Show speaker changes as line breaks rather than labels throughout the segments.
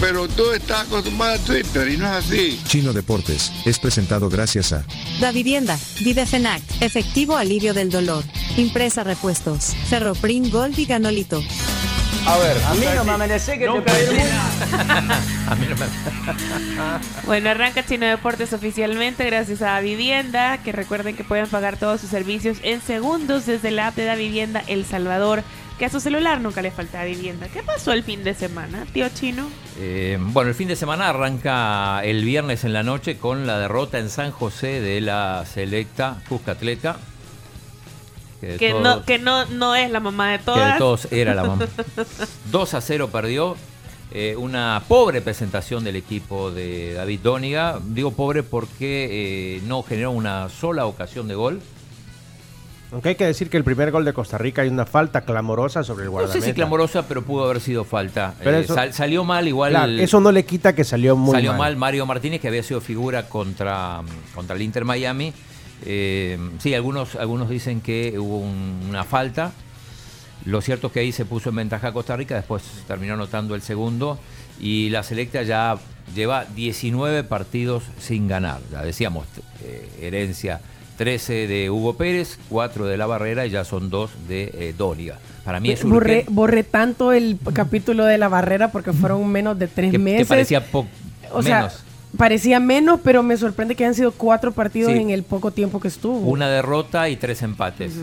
Pero tú estás acostumbrado a Twitter y no es así.
Chino Deportes es presentado gracias a
Da Vivienda, Videfenac, Efectivo Alivio del Dolor, Impresa Repuestos, Ferroprim Gold y Ganolito.
A ver,
A mí no me amanecé que te pedí
Bueno, arranca Chino Deportes oficialmente gracias a Da Vivienda, que recuerden que pueden pagar todos sus servicios en segundos desde la app de Da Vivienda El Salvador, que a su celular nunca le falta vivienda. ¿Qué pasó el fin de semana, tío Chino?
Eh, bueno, el fin de semana arranca el viernes en la noche con la derrota en San José de la selecta Cuscatleca. Que, de
Que
todos-
no, que no, no es la mamá de
que
todas.
de todos era la mamá. 2 a 0 perdió. Eh, una pobre presentación del equipo de David Dóniga. Digo pobre porque eh, no generó una sola ocasión de gol.
Aunque hay que decir que el primer gol de Costa Rica hay una falta clamorosa sobre el
No
guardameta.
sé si clamorosa, pero pudo haber sido falta.
Pero
Eh,
eso-
sal- salió mal igual.
Claro,
el-
eso no le quita que salió muy
Salió mal.
mal.
Mario Martínez, que había sido figura contra, contra el Inter Miami. Eh, sí, algunos, algunos dicen que hubo un- una falta. Lo cierto es que ahí se puso en ventaja Costa Rica, después terminó anotando el segundo. Y la selecta ya lleva 19 partidos sin ganar. Ya decíamos, eh, herencia 13 de Hugo Pérez, 4 de La Barrera y ya son 2 de eh, Dóriga. Para mí es
borré,
urgente.
borré tanto el capítulo de la barrera porque fueron menos de tres
que, que
meses.
parecía poco.
o sea,
menos.
parecía menos, pero me sorprende que hayan sido cuatro partidos
Sí.
en el poco tiempo que estuvo.
Una derrota y tres empates.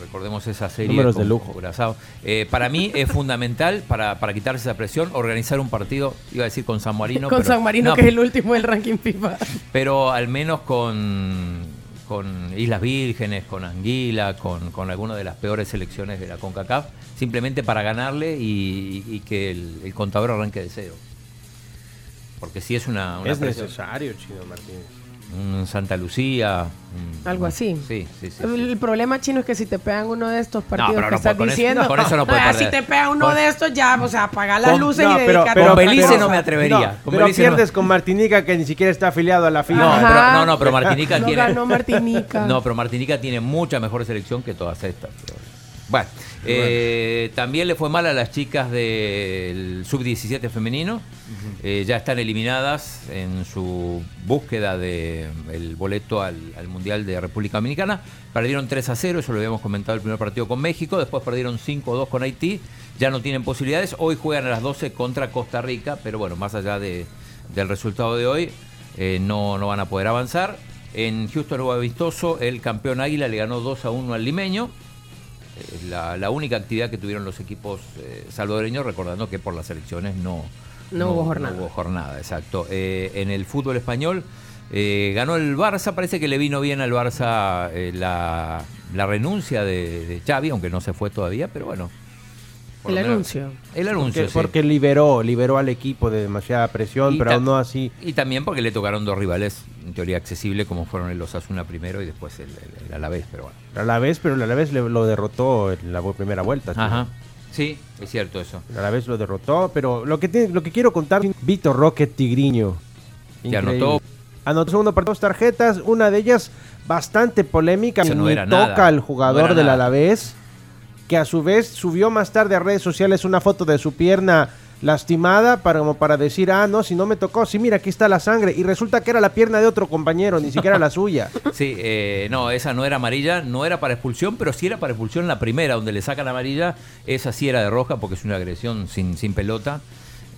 Recordemos esa serie.
Números de
con
lujo.
Curazao. Eh, para mí es fundamental, para, para quitarse esa presión, organizar un partido, iba a decir con San Marino.
con
pero-
San Marino,
no,
que es el último del ranking FIFA.
Pero al menos con, con Islas Vírgenes, con Anguila, con, con alguna de las peores selecciones de la CONCACAF, simplemente para ganarle y, y que el, el contador arranque de cero. Porque si es una, una
Es
presión.
necesario, Chino Martínez.
Un Santa Lucía. un-
Algo así.
Sí, sí, sí, sí.
El problema chino es que si te pegan uno de estos partidos
pero
que
no
estás
puede- con eso-
diciendo,
con eso no puede
ah, si
perder.
te pega uno
Con-
de estos ya, o sea, apaga las
Con-
luces
no,
y
pero-
dedícate
pero
a otra
Belice
cosa.
no me atrevería.
No,
Con
pero
Belice no-
pierdes con Martinica que ni siquiera está afiliado a la
No,
FIFA.
pero,
Ajá.
no, no, pero Martinica
No
tiene.
ganó Martinica.
No, pero Martinica tiene mucha mejor selección que todas estas. pero- Bueno, eh, también le fue mal a las chicas del sub-17 femenino. Eh, ya están eliminadas en su búsqueda del el boleto al, al Mundial de República Dominicana. Perdieron 3 a 0, eso lo habíamos comentado el primer partido con México. Después perdieron 5 a 2 con Haití. Ya no tienen posibilidades. Hoy juegan a las 12 contra Costa Rica, pero bueno, más allá de- del resultado de hoy, eh, no, no van a poder avanzar. En Houston hubo vistoso, el campeón Águila le ganó 2 a 1 al limeño. Es la, la única actividad que tuvieron los equipos eh, salvadoreños, recordando que por las elecciones no,
No hubo jornada.
hubo jornada, exacto. Eh, en el fútbol español eh, ganó el Barça, parece que le vino bien al Barça eh, la, la renuncia de, de Xavi, aunque no se fue todavía, pero bueno. por
El
lo menos-
anuncio.
El anuncio,
Porque,
sí.
porque liberó, liberó al equipo de demasiada presión,
Y
pero
ta-
aún no así.
Y también porque le tocaron dos rivales, en teoría accesible, como fueron el Osasuna primero y después el, el- el Alavés, pero bueno.
A la vez, pero a la vez lo derrotó en la bu- primera vuelta. Chino.
Ajá. Sí, es cierto eso.
A la vez lo derrotó, pero lo que, tiene- lo que quiero contar, Vito Rocket Tigriño.
Que anotó.
Anotó segundo partido, dos tarjetas, una de ellas bastante polémica,
Eso no
ni
era nada,
toca al
no
jugador
era
del
nada.
Alavés, que a su vez subió más tarde a redes sociales una foto de su pierna lastimada para, como para decir, ah, no, si no me tocó, sí, mira, aquí está la sangre, y resulta que era la pierna de otro compañero, ni siquiera la suya.
Sí, eh, no, esa no era amarilla, no era para expulsión, pero sí era para expulsión la primera, donde le sacan amarilla, esa sí era de roja porque es una agresión sin, sin pelota.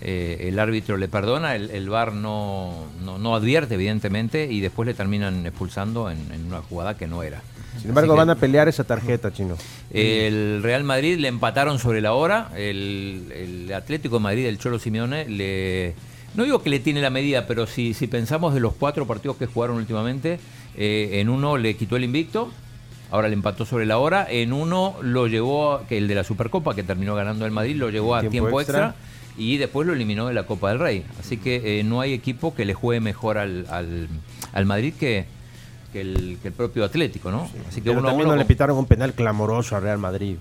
Eh, el árbitro le perdona, el, el VAR no, no, no advierte, evidentemente, y después le terminan expulsando en, en una jugada que no era.
Sin embargo,
Así que-
van a pelear esa tarjeta, chino.
el Real Madrid le empataron sobre la hora. El, el Atlético de Madrid, el Cholo Simeone, le. No digo que le tiene la medida, pero si, si pensamos de los cuatro partidos que jugaron últimamente, eh, en uno le quitó el invicto, ahora le empató sobre la hora, en uno lo llevó, a- que el de la Supercopa que terminó ganando el Madrid, lo llevó a
Tiempo
tiempo extra.
extra.
y después lo eliminó de la Copa del Rey. Así que eh, no hay equipo que le juegue mejor al, al, al Madrid que, que, el, que el propio Atlético, ¿no? Así que
Pero
uno a
también
uno
no le
con-
pitaron un penal clamoroso a Real Madrid.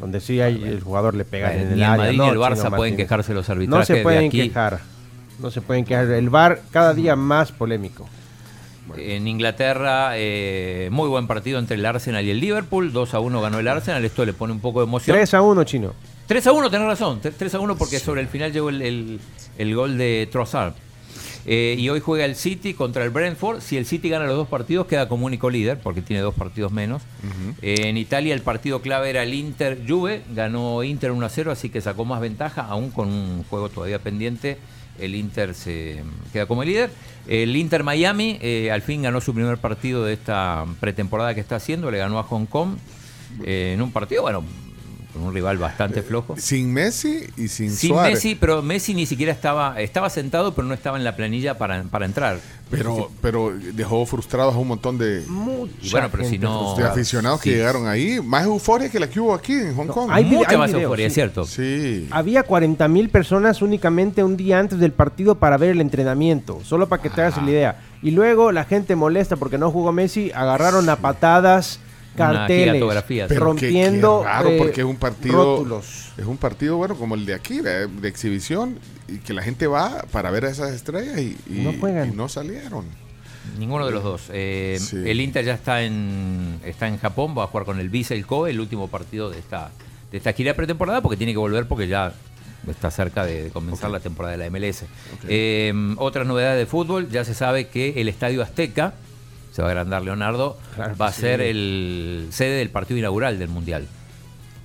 Donde sí hay, el jugador le pega
Bueno,
en
ni
el
el
área.
Madrid
No,
ni el Barça
Chino
pueden
Martínez.
quejarse los
No
arbitrajes
se
de
pueden
aquí.
quejar. No se pueden quejar. El VAR cada día más polémico.
En Inglaterra, eh, muy buen partido entre el Arsenal y el Liverpool. 2 a 1 ganó el Arsenal. Esto le pone un poco de emoción.
3 a 1, Chino.
3 a 1, tenés razón. 3 a 1 porque sobre el final llegó el, el- el gol de Trossard. Eh, y hoy juega el City contra el Brentford. Si el City gana los dos partidos, queda como único líder porque tiene dos partidos menos. Eh, en Italia, el partido clave era el Inter-Juve. Ganó Inter 1 a 0, así que sacó más ventaja, aún con un juego todavía pendiente. El Inter se queda como líder. El Inter Miami eh, al fin ganó su primer partido de esta pretemporada que está haciendo. Le ganó a Hong Kong eh, en un partido, bueno, con un rival bastante flojo.
Sin Messi y Eh, sin,
Sin
Suárez.
Messi, pero Messi ni siquiera estaba, estaba sentado, pero no estaba en la planilla para, para entrar.
Pero, pero dejó frustrados a un montón de,
Y bueno, pero si no.
de aficionados que
Sí.
llegaron ahí. Más euforia que la que hubo aquí en Hong Kong. ¿eh?
hay Mucha vi- hay más videos, euforia,
es cierto.
Sí.
Había 40 mil personas únicamente un día antes del partido para ver el entrenamiento, solo para que te hagas la idea. Y luego la gente molesta porque no jugó Messi, agarraron a patadas
Una
carteles,
gigatografía, sí.
Pero que-
rompiendo
que raro,
eh,
porque es un partido.
rótulos.
Es un partido, bueno, como el de aquí, de, de exhibición, y que la gente va para ver a esas estrellas y, y-
No juegan.
y no salieron.
Ninguno de los dos. Eh,
Sí.
El Inter ya está en, está en Japón, va a jugar con el Visa y el Kobe, el último partido de esta, de esta gira pretemporada, porque tiene que volver porque ya está cerca de, de comenzar la temporada de la MLS. Eh, otras novedades de fútbol, ya se sabe que el Estadio Azteca, se va a agrandar Leonardo,
Claro
va a
que
ser
sí.
el sede del partido inaugural del Mundial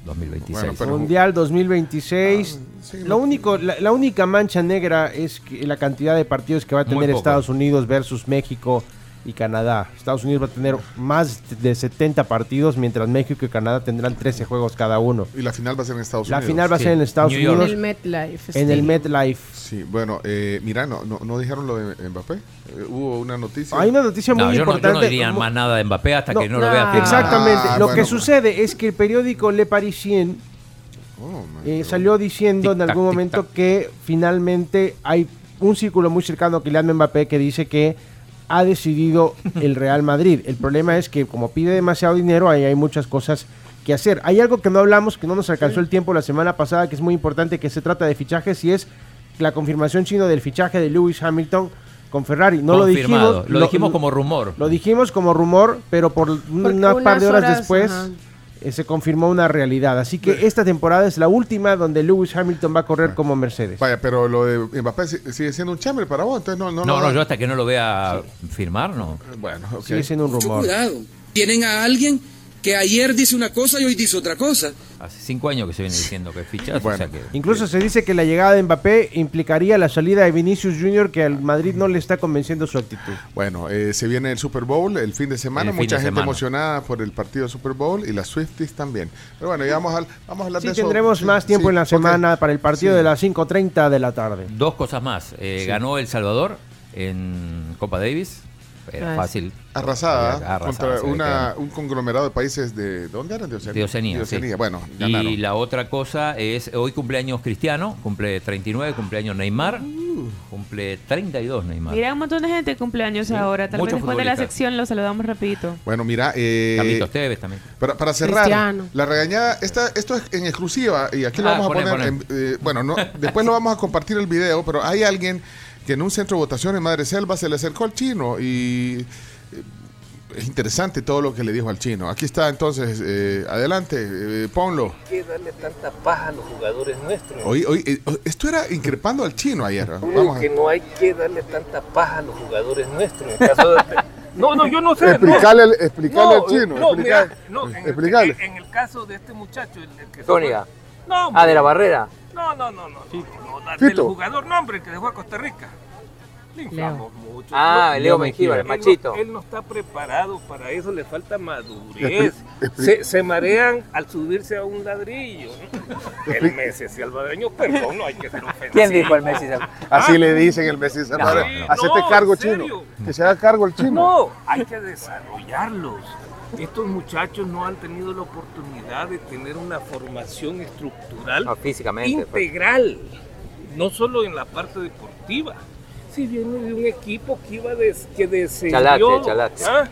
2026.
Bueno, pero-
Mundial
Ah,
2026. lo único, la, la única mancha negra es que la cantidad de partidos que va a
Muy
tener
poco.
Estados Unidos versus México y Canadá. Estados Unidos va a tener más de 70 partidos, mientras México y Canadá tendrán 13 juegos cada uno.
Y la final va a ser en Estados
La
Unidos.
final va a ser en Estados
New York.
En
Unidos,
el MetLife.
en el
Stadium.
MetLife.
Sí, bueno, eh, mira, no, no, no dijeron lo de Mbappé. Eh, hubo una noticia.
Hay una noticia
No,
muy
yo, no, yo
importante.
no diría más nada de Mbappé hasta que no lo vea
no.
firmar.
Exactamente.
Ah,
lo
bueno.
que sucede es que el periódico Le Parisien
Oh, man,
Eh,
qué
salió diciendo en
Tic-tac,
algún momento
tic-tac.
que finalmente hay un círculo muy cercano a Kylian Mbappé que dice que ha decidido el Real Madrid. El problema es que como pide demasiado dinero, ahí hay muchas cosas que hacer. Hay algo que no hablamos, que no nos alcanzó el tiempo la semana pasada, que es muy importante, que se trata de fichajes y es la confirmación chino del fichaje de Lewis Hamilton con Ferrari. No
Confirmado.
lo dijimos.
Lo dijimos como rumor.
Lo dijimos como rumor, pero por una
unas
par de horas,
horas,
después
ajá.
eh, se confirmó una realidad. Así que esta temporada es la última donde Lewis Hamilton va a correr como Mercedes.
Vaya, pero lo de Mbappé si- sigue siendo un chambre para vos, entonces no, no,
No,
lo-
no, yo hasta que no lo vea firmar, no.
Bueno, ok.
Sigue siendo un rumor.
Cuidado, tienen a alguien que ayer dice una cosa y hoy dice otra cosa.
Hace cinco años que se viene diciendo que fichas,
Bueno.
o sea que...
Incluso se dice que la llegada de Mbappé implicaría la salida de Vinicius Jr., que al Madrid no le está convenciendo su actitud.
Bueno, eh, se viene el Super Bowl el fin de semana,
El fin
mucha
de
gente
semana.
emocionada por el partido del Super Bowl y las Swifties también. Pero bueno, ya vamos a, vamos a hablar
Sí,
de eso.
tendremos
Sí,
más tiempo
sí,
en la
ok.
semana para el partido
Sí.
de las 5.30 de la tarde.
Dos cosas más. Eh, Ganó El Salvador en Copa Davis. Era
Ah,
fácil.
Arrasada, ¿eh?
Arrasada,
contra
se ve
una-
que-
un conglomerado de países de... ¿Dónde eran? De Oceanía.
de Oceanía.
De
sí.
Oceanía, bueno, ganaron.
y la otra cosa es, hoy cumpleaños Cristiano, cumple 39, cumpleaños Neymar,
Uh.
cumple 32 Neymar.
Mira, un montón de gente de cumpleaños ahora. Tal vez
Muchos
después de la
futbolistas.
sección lo saludamos rapidito.
Bueno, mira, eh,
Carlitos Tevez también.
Para, para cerrar,
Cristiano.
la regañada, esta, esto es en exclusiva y aquí lo
Ah,
vamos a
poné,
poner. en- eh, bueno, no, después lo vamos a compartir el video, pero hay alguien que en un centro de votación en Madre Selva se le acercó al chino y eh, es interesante todo lo que le dijo al chino. Aquí está entonces, eh, adelante, eh, ponlo.
qué darle tanta paja a los jugadores nuestros?
Hoy, hoy, eh, esto era increpando al chino ayer.
Uno,
Vamos a
que no hay que darle tanta paja a los jugadores nuestros. En caso de- No, no, yo no sé. no.
Explicarle,
No, no, mira, no, en, el- en- en El, caso de este muchacho, el, el que...
Zúñiga.
No,
Ah, de la barrera.
No, no, no, no. no, no, del
Fito.
jugador, no, hombre, que dejó a Costa Rica. Le inflamos mucho.
Ah,
No,
Leo Mengíbar, el
él no-
machito.
Él no, está preparado para eso, le falta madurez. Se, se marean al subirse a un ladrillo. El Messi salvadoreño, perdón, no hay que ser ofensivo.
¿Quién dijo el Messi salvadoreño?
Ah,
Así le dicen el Messi Salvador.
Sí,
Hacete
no,
cargo,
¿en serio?
chino. Que se haga cargo el chino.
No, hay que desarrollarlos. estos muchachos no han tenido la oportunidad de tener una formación estructural
Ah,
No, físicamente, pues.
integral, no solo en la parte deportiva. Si viene de un equipo que iba des, que descendió, ¿ah?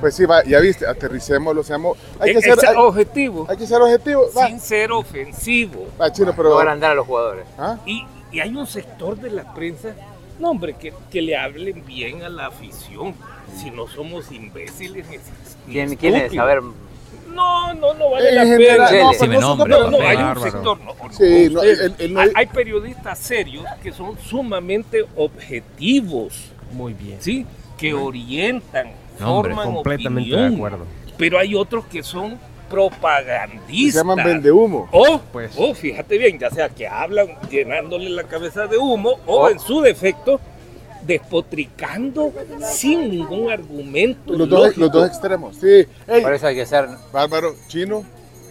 Pues sí, va, ya viste, aterricemos, lo seamos. Hay
Eh,
que ser
eh,
hay-
objetivo.
Hay que ser objetivo.
Sin ser ofensivo.
Va, chino, pero- No van a andar a
los jugadores. Y, y hay un sector de la prensa, no hombre, que, que le hablen bien a la afición. Si no somos imbéciles ni, ni
¿Quién, quién es? A
estúpidos.
ver,
No, no, no vale
En
la
general,
pena.
no, Decime pero nosotros- nombres,
no, no, hay un
bárbaro.
sector. no, no,
Sí, no,
ustedes-
él- él no-
hay- hay periodistas serios que son sumamente objetivos. Muy bien. ¿Sí? Que orientan,
No, hombre,
forman
completamente de
opinión.
acuerdo.
Pero hay otros que son propagandistas.
Se llaman vendehumo.
O,
Pues.
o, fíjate bien, ya sea que hablan llenándole la cabeza de humo o, en su defecto despotricando sin ningún argumento.
Los dos,
lógico.
los dos extremos, sí. Ey,
Por eso hay que ser-
Bárbaro, chino.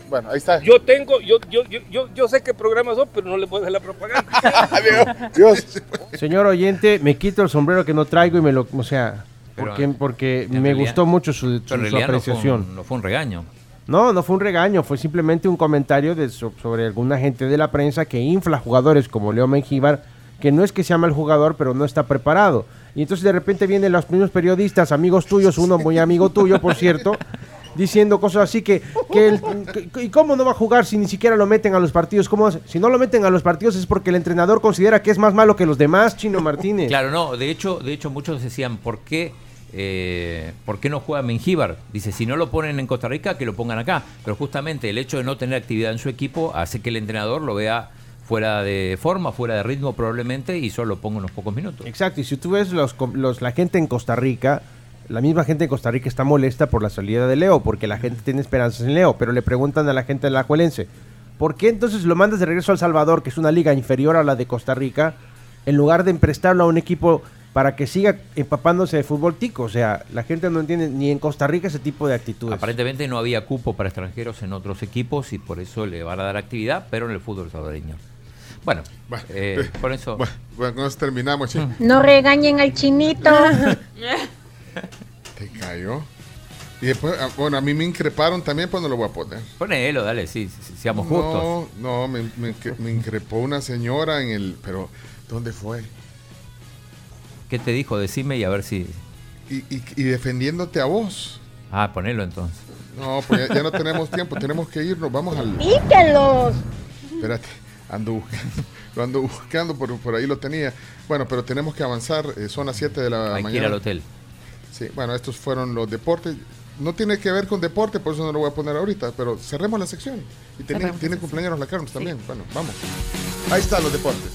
Bueno, ahí está.
Yo tengo, yo, yo, yo, yo, yo sé qué programas son, pero no le puedo hacer la propaganda.
Dios.
Señor oyente, me quito el sombrero que no traigo y me lo. O sea,
Pero,
porque, porque
en
me
realidad-
gustó mucho su, su-
Pero en
su
realidad no fue un-
apreciación.
No fue un regaño.
No, no fue un regaño, fue simplemente un comentario de so- sobre alguna gente de la prensa que infla jugadores como Leo Mengíbar, que no es que sea mal jugador, pero no está preparado. Y entonces de repente vienen los mismos periodistas, amigos tuyos, uno muy amigo tuyo, por cierto, diciendo cosas así que, que el- que- ¿y cómo no va a jugar si ni siquiera lo meten a los partidos? ¿Cómo hace? Si no lo meten a los partidos es porque el entrenador considera que es más malo que los demás, Chino Martínez.
Claro, no, de hecho, de hecho muchos decían, ¿por qué, eh, ¿por qué no juega Mengíbar? Dice, si no lo ponen en Costa Rica, que lo pongan acá. Pero justamente el hecho de no tener actividad en su equipo hace que el entrenador lo vea fuera de forma, fuera de ritmo probablemente, y solo lo ponga unos pocos minutos.
Exacto, y si tú ves los, com- los- la gente en Costa Rica, la misma gente en Costa Rica está molesta por la salida de Leo, porque la gente tiene esperanzas en Leo, pero le preguntan a la gente de la Juelense, ¿por qué entonces lo mandas de regreso a El Salvador, que es una liga inferior a la de Costa Rica, en lugar de prestarlo a un equipo para que siga empapándose de fútbol tico? O sea, la gente no entiende ni en Costa Rica ese tipo de
pues.
actitudes.
Aparentemente no había cupo para extranjeros en otros equipos y por eso le van a dar actividad, pero en el fútbol salvadoreño. Bueno, eh, por eso...
Bueno, bueno, con eso terminamos, chino.
No regañen al chinito.
Te cayó. Y después, ah, bueno, a mí me increparon también, pues no lo voy a poner.
Ponelo, dale, sí, sí, seamos
no,
justos.
No, me, me- que- me increpó una señora en el. Pero, ¿dónde fue?
¿Qué te dijo? Decime y a ver si...
Y, y- y defendiéndote a vos.
Ah, ponelo entonces.
No, pues ya, ya no tenemos tiempo, tenemos que irnos. Vamos al.
Píquelos.
Espérate, ando buscando. Lo ando buscando, por, por ahí lo tenía. Bueno, pero tenemos que avanzar. eh, son las 7 de la
Hay que ir
mañana.
al hotel.
Sí, bueno, estos fueron los deportes. No tiene que ver con deporte, por eso no lo voy a poner ahorita, pero cerremos la sección. Y tiene,
Cerremos
tiene
la
cumpleaños la Carms también. Bueno, vamos. Ahí están los deportes.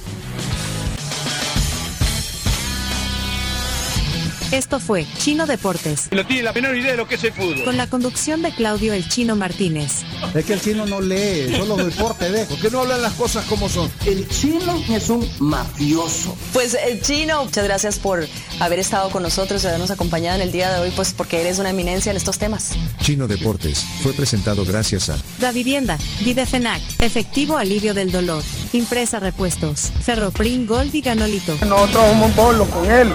Esto fue Chino Deportes,
No tiene la menor idea de lo que es el fútbol.
con la conducción de Claudio El Chino Martínez.
Es que el chino no lee, solo deporte ve. ¿Por qué no hablan las cosas como son? El chino es un mafioso.
Pues eh, Chino, muchas gracias por haber estado con nosotros y habernos acompañado en el día de hoy, pues porque eres una eminencia en estos temas.
Chino Deportes fue presentado gracias a
Da Vivienda, Videfenac, Efectivo Alivio del Dolor, Impresa Repuestos, Ferroprim Gold y Ganolito.
Nosotros somos un pueblo con él.